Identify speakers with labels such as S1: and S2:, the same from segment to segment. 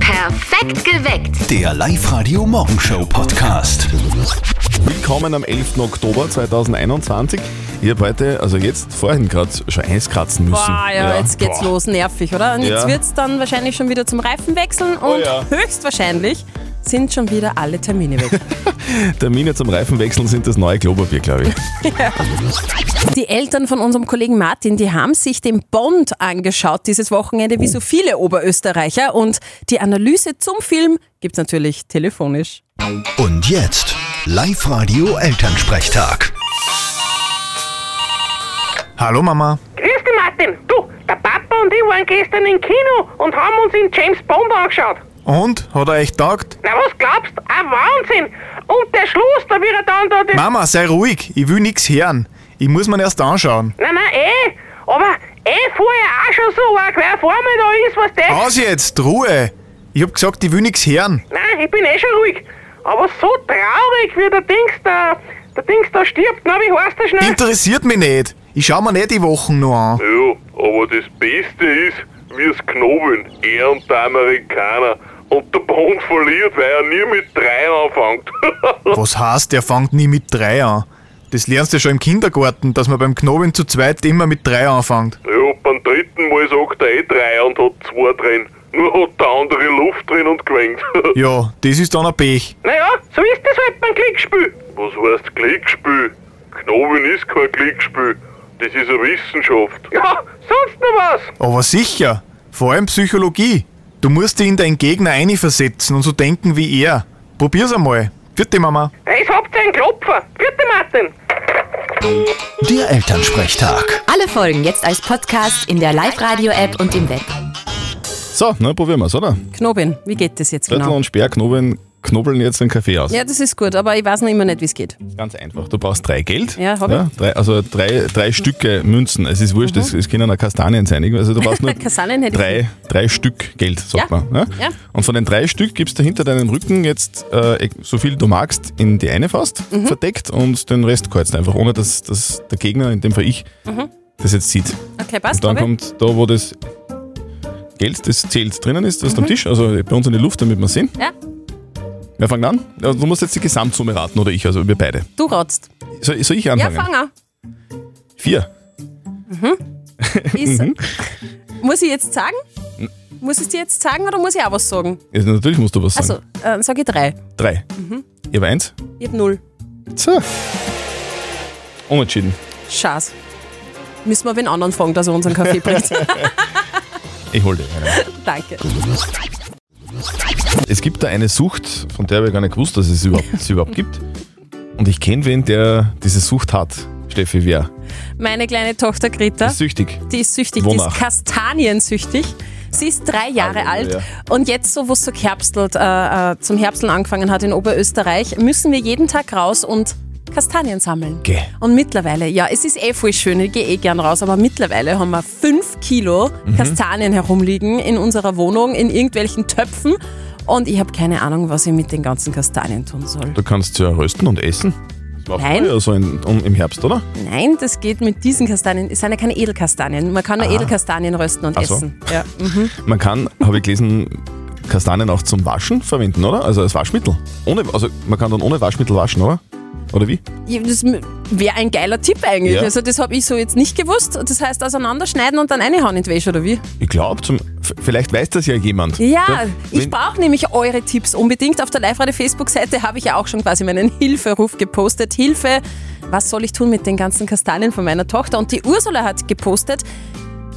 S1: Perfekt geweckt.
S2: Der Live-Radio Morgenshow Podcast.
S3: Willkommen am 11. Oktober 2021. Ich habe heute, also jetzt vorhin gerade schon Eis kratzen müssen.
S4: Boah, Ah ja, jetzt geht's
S3: Boah.
S4: los, nervig, oder? Und jetzt
S3: Ja.
S4: wird's dann wahrscheinlich schon wieder zum Reifen wechseln und
S3: Oh ja.
S4: höchstwahrscheinlich sind schon wieder alle Termine weg.
S3: Termine zum Reifenwechseln sind das neue Klopapier, glaube ich.
S4: die Eltern von unserem Kollegen Martin, die haben sich den Bond angeschaut dieses Wochenende, wie so viele Oberösterreicher. Und die Analyse zum Film gibt's natürlich telefonisch.
S2: Und jetzt Live-Radio Elternsprechtag.
S5: Hallo Mama.
S6: Grüß dich, Martin. Du, der Papa und ich waren gestern im Kino und haben uns in James Bond angeschaut.
S5: Und? Hat er echt taugt?
S6: Na, was glaubst? Ein Wahnsinn! Und der Schluss, da wird er dann da... Den
S5: Mama, sei ruhig, ich will nix hören. Ich muss mir erst anschauen.
S6: Nein, nein, eh. Aber eh vorher auch schon so arg, wer vor mir da ist, was der...
S5: Aus jetzt, Ruhe! Ich hab gesagt, ich will nix hören.
S6: Nein, ich bin eh schon ruhig. Aber so traurig, wie der Dings da... Der Dings da stirbt, na, wie heißt der schnell?
S5: Interessiert mich nicht. Ich schau mir nicht die Wochen noch an.
S7: Ja, aber das Beste ist, wir's knobeln, er und der Amerikaner. Und der Bond verliert, weil er nie mit drei anfängt.
S5: Was heißt, der fängt nie mit drei an? Das lernst du ja schon im Kindergarten, dass man beim Knobeln zu zweit immer mit drei anfängt.
S7: ja, beim dritten Mal sagt er eh drei und hat zwei drin. Nur hat der andere Luft drin und gewinnt.
S5: Ja, das ist dann ein Pech.
S6: Naja, so ist das halt beim Glücksspiel.
S7: Was heißt Glücksspiel? Knobeln ist kein Glücksspiel. Das ist eine Wissenschaft.
S6: Ja, sonst noch was.
S5: Aber sicher, vor allem Psychologie. Du musst dich in deinen Gegner einversetzen und so denken wie er. Probier's einmal. Vierte Mama.
S6: Das habt ihr einen Klopfer. Bitte, Martin.
S2: Der Elternsprechtag.
S8: Alle Folgen jetzt als Podcast in der Live-Radio-App und im Web.
S3: So, na, probieren wir's, oder?
S4: Genau. Knobin, wie geht das jetzt
S3: Zettel
S4: genau?
S3: und Speer knobeln, knobeln jetzt den Kaffee aus.
S4: Ja, das ist gut, aber ich weiß noch immer nicht, wie's geht.
S3: Ganz einfach. Du brauchst drei Geld.
S4: Ja, hab Mhm.
S3: drei, Also drei, drei Stücke Münzen. Es ist wurscht, es, es können auch Kastanien sein. Also du brauchst nur
S4: Kastanien hätte ich
S3: drei, drei Stück Geld, sagt
S4: Ja.
S3: man. Ja?
S4: Ja.
S3: Und von den drei Stück gibst du hinter deinen Rücken jetzt äh, so viel du magst in die eine Faust
S4: Mhm.
S3: verdeckt und den Rest kreuzt einfach, ohne dass, dass der Gegner, in dem Fall ich,
S4: Mhm.
S3: das jetzt sieht.
S4: Okay, passt,
S3: Und dann
S4: Robin?
S3: kommt da, wo das Geld, das zählt, drinnen ist, das ist am Tisch, also bei uns in die Luft, damit wir sehen.
S4: Mhm. Ja.
S3: Wer fängt an? Also du musst jetzt die Gesamtsumme raten, oder ich, also wir beide.
S4: Du ratzt.
S3: Soll, soll ich
S4: Ja,
S3: anfangen?
S4: fang an.
S3: Vier.
S4: Ist, Muss ich jetzt sagen? Muss ich dir jetzt sagen oder muss ich auch was sagen?
S3: Ja, natürlich musst du was sagen.
S4: Also, äh, sage ich drei.
S3: Drei.
S4: Mhm.
S3: Ich habe eins.
S4: Ich hab null.
S3: So. Unentschieden.
S4: Schas. Müssen wir wen anderen fragen, dass er unseren Kaffee bringt.
S3: Ich hole dir einen.
S4: Danke.
S3: Es gibt da eine Sucht, von der habe ich gar nicht gewusst, dass es überhaupt, sie überhaupt gibt. Und ich kenne wen, der diese Sucht hat. Steffi, wer?
S4: Meine kleine Tochter Greta,
S3: Ist süchtig.
S4: die ist süchtig, die
S3: Wonach?
S4: ist kastaniensüchtig. Sie ist drei Jahre
S3: Halleluja.
S4: alt und jetzt, so wo es so geherbstelt, äh, äh, zum Herbsteln angefangen hat in Oberösterreich, müssen wir jeden Tag raus und Kastanien sammeln.
S3: Geh.
S4: Und mittlerweile, ja, es ist eh voll schön, ich gehe eh gern raus, aber mittlerweile haben wir fünf Kilo
S3: Mhm.
S4: Kastanien herumliegen in unserer Wohnung, in irgendwelchen Töpfen. Und ich habe keine Ahnung, was ich mit den ganzen Kastanien tun soll.
S3: Du kannst ja rösten und essen. Das macht
S4: Nein.
S3: man ja so in, um, im Herbst, oder?
S4: Nein, das geht mit diesen Kastanien. Es sind ja keine Edelkastanien. Man kann nur Edelkastanien rösten und
S3: Ach so.
S4: essen. Ja.
S3: Man kann, habe ich gelesen, Kastanien auch zum Waschen verwenden, oder? Also als Waschmittel. Ohne, also man kann dann ohne Waschmittel waschen, oder? Oder wie?
S4: Ja, Das wäre ein geiler Tipp eigentlich.
S3: Ja.
S4: Also das habe ich so jetzt nicht gewusst. Das heißt, auseinanderschneiden und dann reinhauen in die Wäsche, oder wie?
S3: Ich glaube, vielleicht weiß das ja jemand.
S4: Ja, ich
S3: wenn-
S4: brauche nämlich eure Tipps unbedingt. Auf der Live-Radio-Facebook-Seite habe ich ja auch schon quasi meinen Hilferuf gepostet. Hilfe, was soll ich tun mit den ganzen Kastanien von meiner Tochter? Und die Ursula hat gepostet,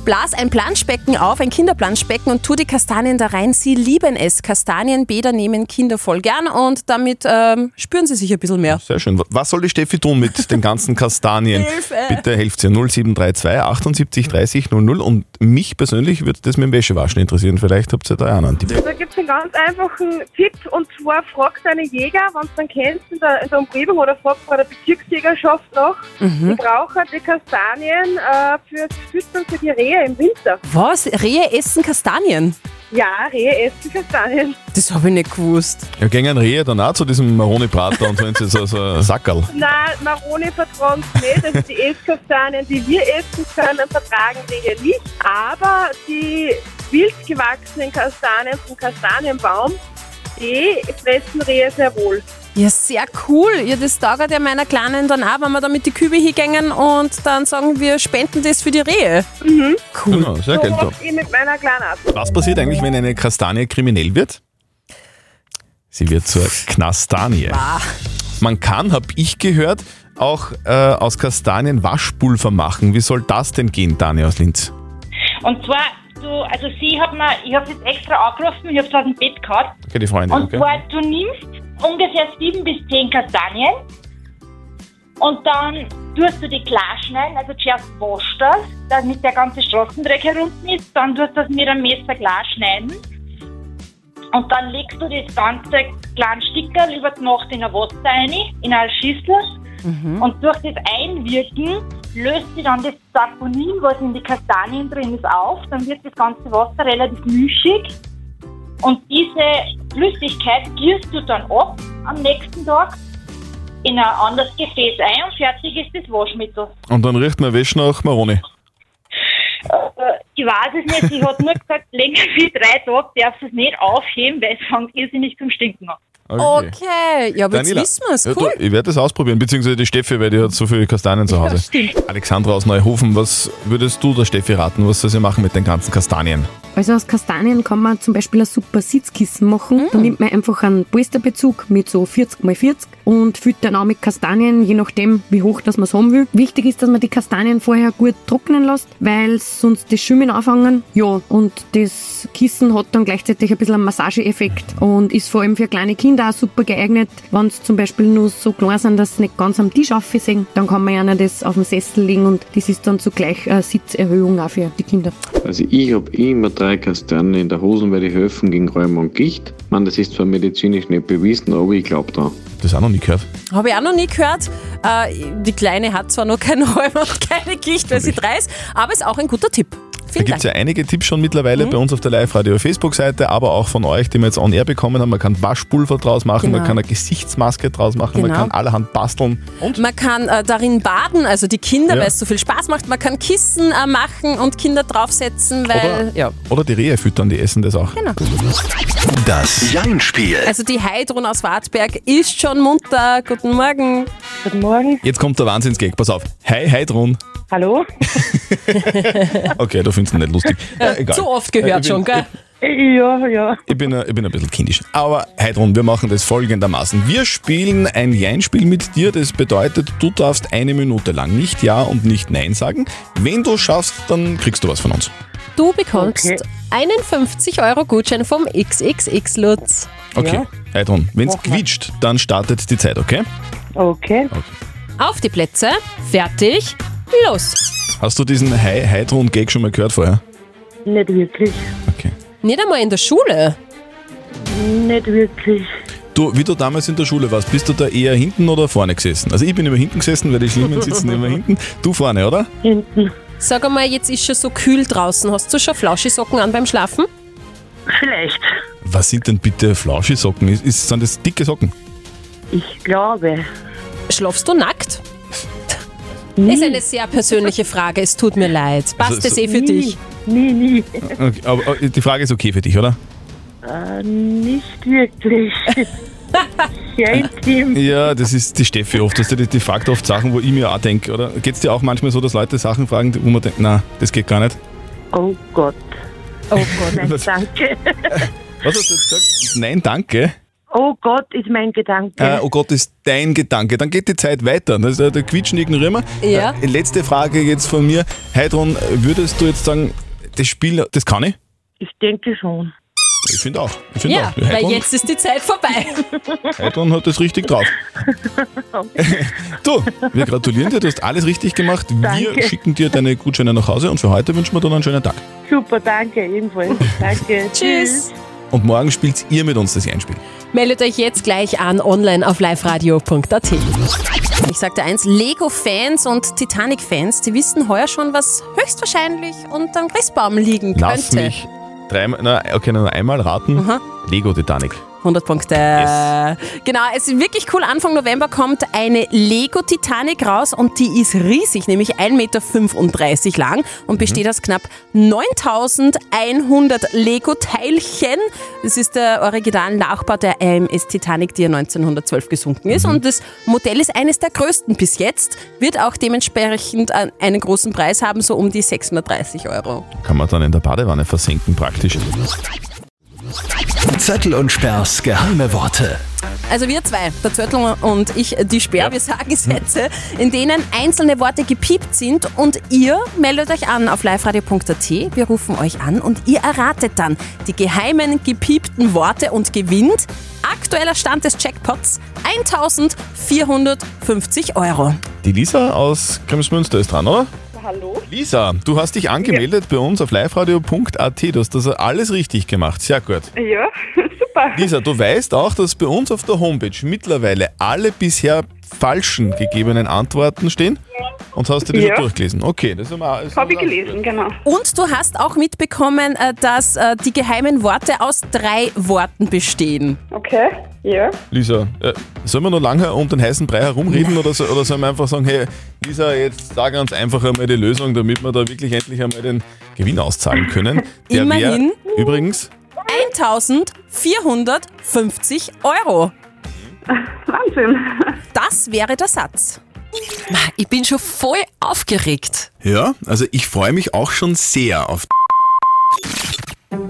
S4: blas ein Planschbecken auf, ein Kinderplanschbecken und tu die Kastanien da rein. Sie lieben es. Kastanienbäder nehmen Kinder voll gern und damit ähm, spüren sie sich ein bisschen mehr.
S3: Sehr schön. Was soll die Steffi tun mit den ganzen Kastanien?
S4: Hilfe.
S3: Bitte helft ihr 0732 78 30 00 und mich persönlich würde das mit dem Wäschewaschen interessieren. Vielleicht habt ihr da einen Tipp.
S9: Da gibt es einen ganz einfachen Tipp und zwar fragt deine Jäger, wenn du dann kennst, in der, in der Umgebung oder fragt bei der Bezirksjägerschaft nach, die brauchen die Kastanien äh, fürs Füttern für die Rehe im Winter.
S4: Was? Rehe essen Kastanien?
S9: Ja, Rehe essen Kastanien.
S4: Das habe ich nicht gewusst.
S3: Ja, gängen Rehe dann auch zu diesem Maroni-Brater und holen sie so, so ein Sackerl.
S9: Nein, Marone vertragen es nicht, also die Esskastanien, die wir essen können, vertragen Rehe nicht, aber die wild gewachsenen Kastanien vom Kastanienbaum, die fressen Rehe sehr wohl.
S4: Ja, sehr cool. Ja, das taugert ja meiner Kleinen dann auch, wenn wir da mit die Kübe hingängen und dann sagen, wir spenden das für die Rehe. Cool.
S3: Genau, sehr
S9: So
S3: geil.
S9: mache ich mit meiner kleinen ab.
S3: Was passiert eigentlich, wenn eine Kastanie kriminell wird? Sie wird zur Knastanie. Man kann, habe ich gehört, auch äh, aus Kastanien Waschpulver machen. Wie soll das denn gehen, Dani aus Linz?
S1: Und zwar, du, also sie hat mir, ich habe jetzt extra angerufen, ich habe es aus dem Bett gehabt.
S3: Okay, die Freunde.
S1: Und
S3: Okay.
S1: zwar, du nimmst ungefähr sieben bis zehn Kastanien und dann tust du die klar schneiden, also zuerst waschst du das, damit der ganze Straßendreck herunten ist, dann tust du das mit einem Messer klar schneiden und dann legst du das ganze kleinen Stickerl über die Nacht in ein Wasser rein, in eine Schüssel und durch das Einwirken löst sich dann das Saponin, was in die Kastanien drin ist, auf, dann wird das ganze Wasser relativ milchig und diese Flüssigkeit gierst du dann ab am nächsten Tag in ein anderes Gefäß ein und fertig ist das Waschmittel.
S3: Und dann riecht man Wäsche nach Maroni.
S1: Äh, Ich weiß es nicht, sie hat nur gesagt, länger wie drei Tage darfst du es nicht aufheben, weil es fängt irrsinnig zum Stinken an.
S4: Okay, ja, aber
S3: Daniela,
S4: jetzt wissen wir es.
S3: ja, du,
S4: Cool.
S3: ich werde das ausprobieren, beziehungsweise die Steffi, weil die hat so viele Kastanien zu Hause. Alexandra aus Neuhofen, was würdest du der Steffi raten? Was soll sie machen mit den ganzen Kastanien?
S10: Also aus Kastanien kann man zum Beispiel ein super Sitzkissen machen. Da nimmt man einfach einen Polsterbezug mit so 40 x 40 und füllt dann auch mit Kastanien, je nachdem wie hoch das man es haben will. Wichtig ist, dass man die Kastanien vorher gut trocknen lässt, weil sonst das Schimmeln anfangen. Ja, und das Kissen hat dann gleichzeitig ein bisschen einen Massageeffekt und ist vor allem für kleine Kinder auch super geeignet. Wenn sie zum Beispiel nur so klein sind, dass sie nicht ganz am Tisch aufsehen, dann kann man ja das auf dem Sessel legen und das ist dann zugleich eine Sitzerhöhung auch für die Kinder.
S1: Also ich habe immer drei Kastanien in der Hosen, weil die helfen gegen Rheuma und Gicht. Man, das ist zwar medizinisch nicht bewiesen, aber ich glaube da.
S3: Das auch noch nie gehört.
S4: Habe ich auch noch nie gehört. Äh, die Kleine hat zwar noch keinen Räume und keine Gicht, weil sie drei ist, aber ist auch ein guter Tipp.
S3: Da
S4: Vielen
S3: gibt es
S4: Dank.
S3: ja einige Tipps schon mittlerweile
S4: Mhm.
S3: bei uns auf der Live-Radio-Facebook-Seite, aber auch von euch, die wir jetzt on air bekommen haben. Man kann Waschpulver draus machen,
S4: Genau.
S3: man kann eine Gesichtsmaske draus machen, man
S4: Genau.
S3: kann allerhand basteln. Und?
S4: Man kann äh, darin baden, also die Kinder,
S3: Ja.
S4: weil es so viel Spaß macht. Man kann Kissen äh, machen und Kinder draufsetzen, weil.
S3: Oder,
S4: Ja.
S3: oder die Rehe füttern, die essen das auch.
S4: Genau.
S2: Das Jein-Spiel.
S4: Also die Heidrun aus Wartberg ist schon munter. Guten Morgen.
S9: Guten Morgen.
S3: Jetzt kommt der Wahnsinnsgag, pass auf. Hi, hi, Drun.
S9: Hallo?
S3: Okay, du findest ihn nicht lustig. Äh, egal.
S4: Zu oft
S3: Äh, ich
S4: gehört
S3: bin-
S4: schon, gell?
S9: Ja, ja.
S3: Ich bin, ein- ich bin ein bisschen kindisch. Aber Heidrun, wir machen das folgendermaßen. Wir spielen ein Jein-Spiel mit dir. Das bedeutet, du darfst eine Minute lang nicht Ja und nicht Nein sagen. Wenn du schaffst, dann kriegst du was von uns.
S4: Du bekommst
S9: Okay.
S4: einen 50-Euro-Gutschein vom XXX Lutz.
S3: Okay, Heidrun, wenn es
S9: Mach mal.
S3: quietscht, dann startet die Zeit, okay?
S9: Okay.
S4: Auf die Plätze, fertig, los.
S3: Hast du diesen Hei- Heidrun-Gag schon mal gehört vorher?
S9: Nicht wirklich.
S3: Okay.
S4: Nicht einmal in der Schule.
S9: Nicht wirklich.
S3: Du, wie du damals in der Schule warst, bist du da eher hinten oder vorne gesessen? Also ich bin immer hinten gesessen, weil die Schlimmen sitzen immer hinten. Du vorne, oder?
S9: Hinten.
S4: Sag einmal, jetzt ist schon so kühl draußen. Hast du schon Flauschisocken an beim Schlafen?
S9: Vielleicht.
S3: Was sind denn bitte Flauschisocken? Ist, ist, sind das dicke Socken?
S9: Ich glaube.
S4: Schlafst du nackt? Ist eine sehr persönliche Frage, es tut mir leid. Passt
S3: Also,
S4: es
S3: so-
S4: eh für dich?
S9: Nie, nie.
S3: Okay, aber aber äh, die Frage ist okay für dich, oder?
S9: Äh, Nicht wirklich. Sehr intim.
S3: Ja, das ist die Steffi oft. Dass die, die fragt oft Sachen, wo ich mir auch denke, oder? Geht es dir auch manchmal so, dass Leute Sachen fragen, wo man denkt, na, das geht gar nicht?
S9: Oh Gott.
S4: Oh Gott.
S9: Nein,
S3: Was-
S9: danke.
S3: Was hast du jetzt gesagt? Nein, danke.
S9: Oh Gott ist mein Gedanke.
S3: Äh, oh Gott, ist dein Gedanke. Dann geht die Zeit weiter. Das, äh, der Quitschen ignorieren wir.
S4: Ja.
S3: Äh, letzte Frage jetzt von mir. Heidrun, würdest du jetzt sagen, das Spiel, das kann ich?
S9: Ich denke schon.
S3: Ich finde auch. Ich finde
S4: Ja,
S3: auch.
S4: weil
S3: Heidrun,
S4: jetzt ist die Zeit vorbei.
S3: Heidrun hat das richtig drauf. du, wir gratulieren dir, du hast alles richtig gemacht. Wir
S9: Danke.
S3: schicken dir deine Gutscheine nach Hause und für heute wünschen wir dir noch einen schönen Tag.
S9: Super, danke ebenfalls. Danke.
S4: Tschüss.
S3: Und morgen spielt ihr mit uns das Einspiel.
S4: Meldet euch jetzt gleich an online auf liveradio.at. Ich sagte eins, Lego-Fans und Titanic-Fans, die wissen heuer schon, was höchstwahrscheinlich unterm Christbaum liegen könnte.
S3: Lass mich dreimal, na, okay, nur einmal raten. Lego Titanic.
S4: 100 Punkte. Genau, es ist wirklich cool. Anfang November kommt eine Lego-Titanic raus und die ist riesig, nämlich 1,35 Meter lang und besteht aus knapp 9100 Lego-Teilchen. Das ist der originale Nachbau der RMS Titanic, die ja 1912 gesunken ist. Und das Modell ist eines der größten bis jetzt, wird auch dementsprechend an- einen großen Preis haben, so um die 630 Euro.
S3: Kann man dann in der Badewanne versenken praktisch.
S2: Zettel und Sperrs geheime Worte.
S4: Also wir zwei, der Zörtl und ich, äh, die Speer, wir sagen Sätze, in denen einzelne Worte gepiept sind und ihr meldet euch an auf liveradio.at, wir rufen euch an und ihr erratet dann die geheimen gepiepten Worte und gewinnt aktueller Stand des Jackpots 1450 Euro.
S3: Die Lisa aus Kremsmünster ist dran, oder?
S9: Hallo?
S3: Lisa, du hast dich angemeldet bei uns auf liveradio.at. Du hast das alles richtig gemacht. Sehr gut.
S9: Ja, super.
S3: Lisa, du weißt auch, dass bei uns auf der Homepage mittlerweile alle bisher falschen gegebenen Antworten stehen und hast du die
S9: Ja.
S3: schon durchgelesen. Okay, das ist mal ist
S9: Habe ich
S3: mal-
S9: gelesen, genau.
S4: Und du hast auch mitbekommen, äh, dass äh, die geheimen Worte aus drei Worten bestehen.
S9: Okay, ja.
S3: Lisa, äh, sollen wir noch lange um den heißen Brei herumreden oder, so, oder sollen wir einfach sagen, hey, Lisa, jetzt sag ganz einfach einmal die Lösung, damit wir da wirklich endlich einmal den Gewinn auszahlen können. wär
S4: Immerhin.
S3: übrigens
S4: 1450 Euro.
S9: Wahnsinn.
S4: Das wäre der Satz. Ich bin schon voll aufgeregt.
S3: Ja, also ich freue mich auch schon sehr auf.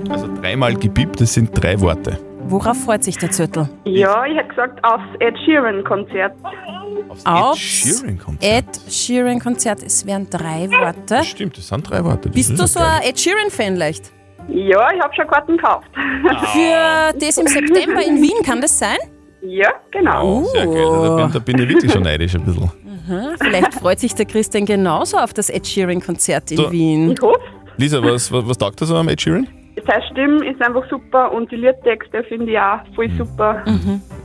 S3: Also dreimal gebiebt, das sind drei Worte.
S4: Worauf freut sich der Zürtel?
S9: Ja, ich hätte gesagt, aufs Ed Sheeran-Konzert.
S4: Aufs
S3: Sheeran-Konzert.
S4: Ed Sheeran Konzert. Es wären drei Worte.
S3: Stimmt, das sind drei Worte. Das
S4: Bist
S3: ist
S4: du
S3: ja
S4: so
S3: geil.
S4: ein Ed Sheeran Fan leicht?
S9: Ja, ich habe schon Karten gekauft.
S4: Für das im September in Wien kann das sein?
S9: ja, genau.
S4: Uh.
S3: Oh, sehr geil. Da bin, da bin ich wirklich schon neidisch ein bisschen.
S4: Hm, Vielleicht freut sich der Christian genauso auf das Ed Sheeran Konzert in
S3: So.
S4: Wien.
S9: Ich hoffe,
S3: Lisa, was, was, was taugt dir so am Ed Sheeran?
S9: seine Stimme ist einfach super und die Liedtexte finde ich auch voll super.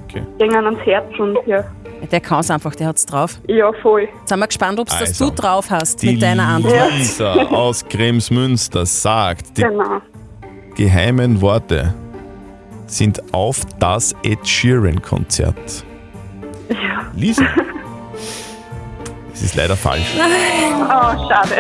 S3: Okay.
S9: Gehen ans Herz und ja.
S4: Der kann es einfach, der hat's drauf.
S9: Ja, voll.
S4: Jetzt sind wir gespannt, ob es das
S3: Also,
S4: du drauf hast
S3: Die
S4: mit deiner Antwort.
S3: Lisa aus Kremsmünster sagt, die
S9: Genau.
S3: geheimen Worte sind auf das Ed Sheeran-Konzert. Lisa. Das ist leider falsch.
S9: Oh, schade.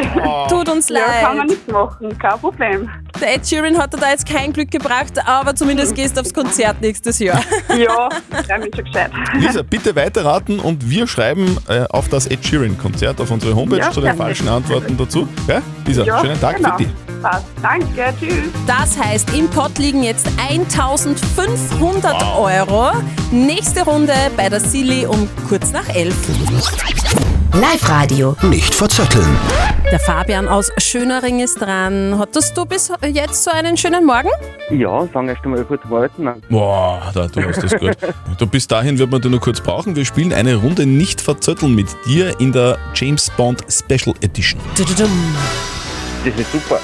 S4: Tut uns
S9: Ja, kann man
S4: leid.
S9: nicht machen, kein Problem.
S4: Der Ed Sheeran hat dir da jetzt kein Glück gebracht, aber zumindest gehst du aufs Konzert nächstes Jahr.
S9: Ja, ich freue mich schon gescheit.
S3: Lisa, bitte weiterraten und wir schreiben äh, auf das Ed Sheeran-Konzert auf unsere Homepage
S9: Ja,
S3: zu den
S9: gerne.
S3: falschen Antworten dazu. Ja? Lisa,
S9: Ja,
S3: schönen Tag
S9: genau.
S3: für dich.
S9: Passt. Danke, tschüss.
S4: Das heißt, im Pott liegen jetzt 1500 Euro. Nächste Runde bei der Silly um kurz nach elf.
S8: Live-Radio.
S2: Nicht verzetteln.
S4: Der Fabian aus Schönering ist dran. Hattest du bis jetzt so einen schönen Morgen?
S11: Ja, sagen erst einmal guten Morgen an.
S3: Boah, da, du hast das gut. Du, bis dahin wird man dich nur kurz brauchen. Wir spielen eine Runde nicht verzötteln mit dir in der James Bond Special Edition.
S11: Das ist super.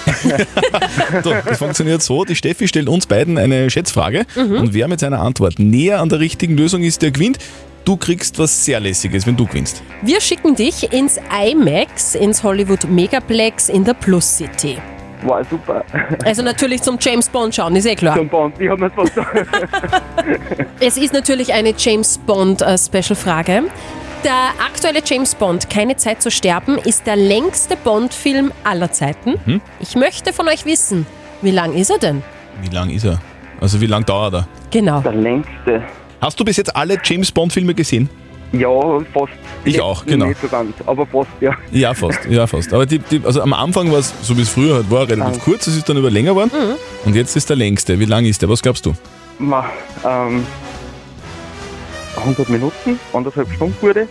S3: So, das funktioniert so, die Steffi stellt uns beiden eine Schätzfrage und wer mit seiner Antwort näher an der richtigen Lösung ist, der gewinnt. Du kriegst was sehr lässiges, wenn du gewinnst.
S4: Wir schicken dich ins IMAX, ins Hollywood Megaplex in der Plus City.
S11: War super.
S4: Also natürlich zum James Bond schauen, ist eh klar.
S11: Zum Bond, ich hab mir's fast gesagt.
S4: Es ist natürlich eine James Bond äh, Special-Frage. Der aktuelle James Bond, Keine Zeit zu sterben, ist der längste Bond-Film aller Zeiten. Ich möchte von euch wissen, wie lang ist er denn?
S3: Wie lang ist er? Also wie lang dauert er?
S4: Genau.
S11: Der längste.
S3: Hast du bis jetzt alle James Bond Filme gesehen?
S11: Ja, fast.
S3: Ich
S11: Letzten
S3: auch, genau.
S11: Nicht so ganz, aber fast, ja.
S3: Ja, fast, ja, fast. Aber die, die, also am Anfang war es, so wie es früher halt war, relativ
S11: Ah.
S3: kurz, es ist dann über länger geworden
S11: Mhm.
S3: und jetzt ist der längste. Wie lang ist der? Was glaubst du?
S11: Ma, ähm, 100 Minuten, anderthalb Stunden wurde.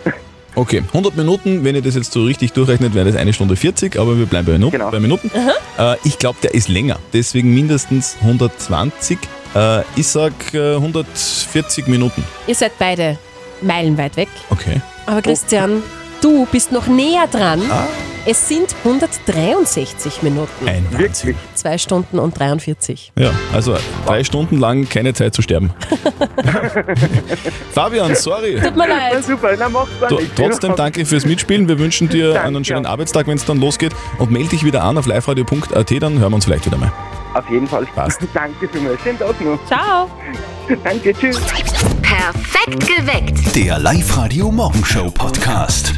S3: Okay, 100 Minuten, wenn ihr das jetzt so richtig durchrechnet, wäre das eine Stunde 40, aber wir bleiben bei, Minu
S11: Genau.
S3: bei Minuten. Äh, ich glaube, der ist länger, deswegen mindestens 120. Äh, ich sag äh, 140 Minuten.
S4: Ihr seid beide meilenweit weg.
S3: Okay.
S4: Aber Christian, du bist noch näher dran. Es sind 163 Minuten.
S3: Ein Wahnsinn.
S11: Mhm. Wirklich.
S4: Zwei Stunden und 43.
S3: Ja, also drei Stunden lang keine Zeit zu sterben. Fabian, sorry.
S4: Tut mir leid.
S11: Ja, super, na mach's dann.
S3: Tr- Trotzdem danke fürs Mitspielen. Wir wünschen dir
S11: Danke,
S3: einen schönen
S11: ja.
S3: Arbeitstag, wenn es dann losgeht. Und melde dich wieder an auf liveradio.at, dann hören wir uns vielleicht wieder mal.
S11: Auf jeden Fall. Danke für mal. Schönen Tag noch.
S4: Ciao.
S11: Danke, tschüss.
S8: Perfekt geweckt.
S2: Der Live-Radio Morgenshow Podcast.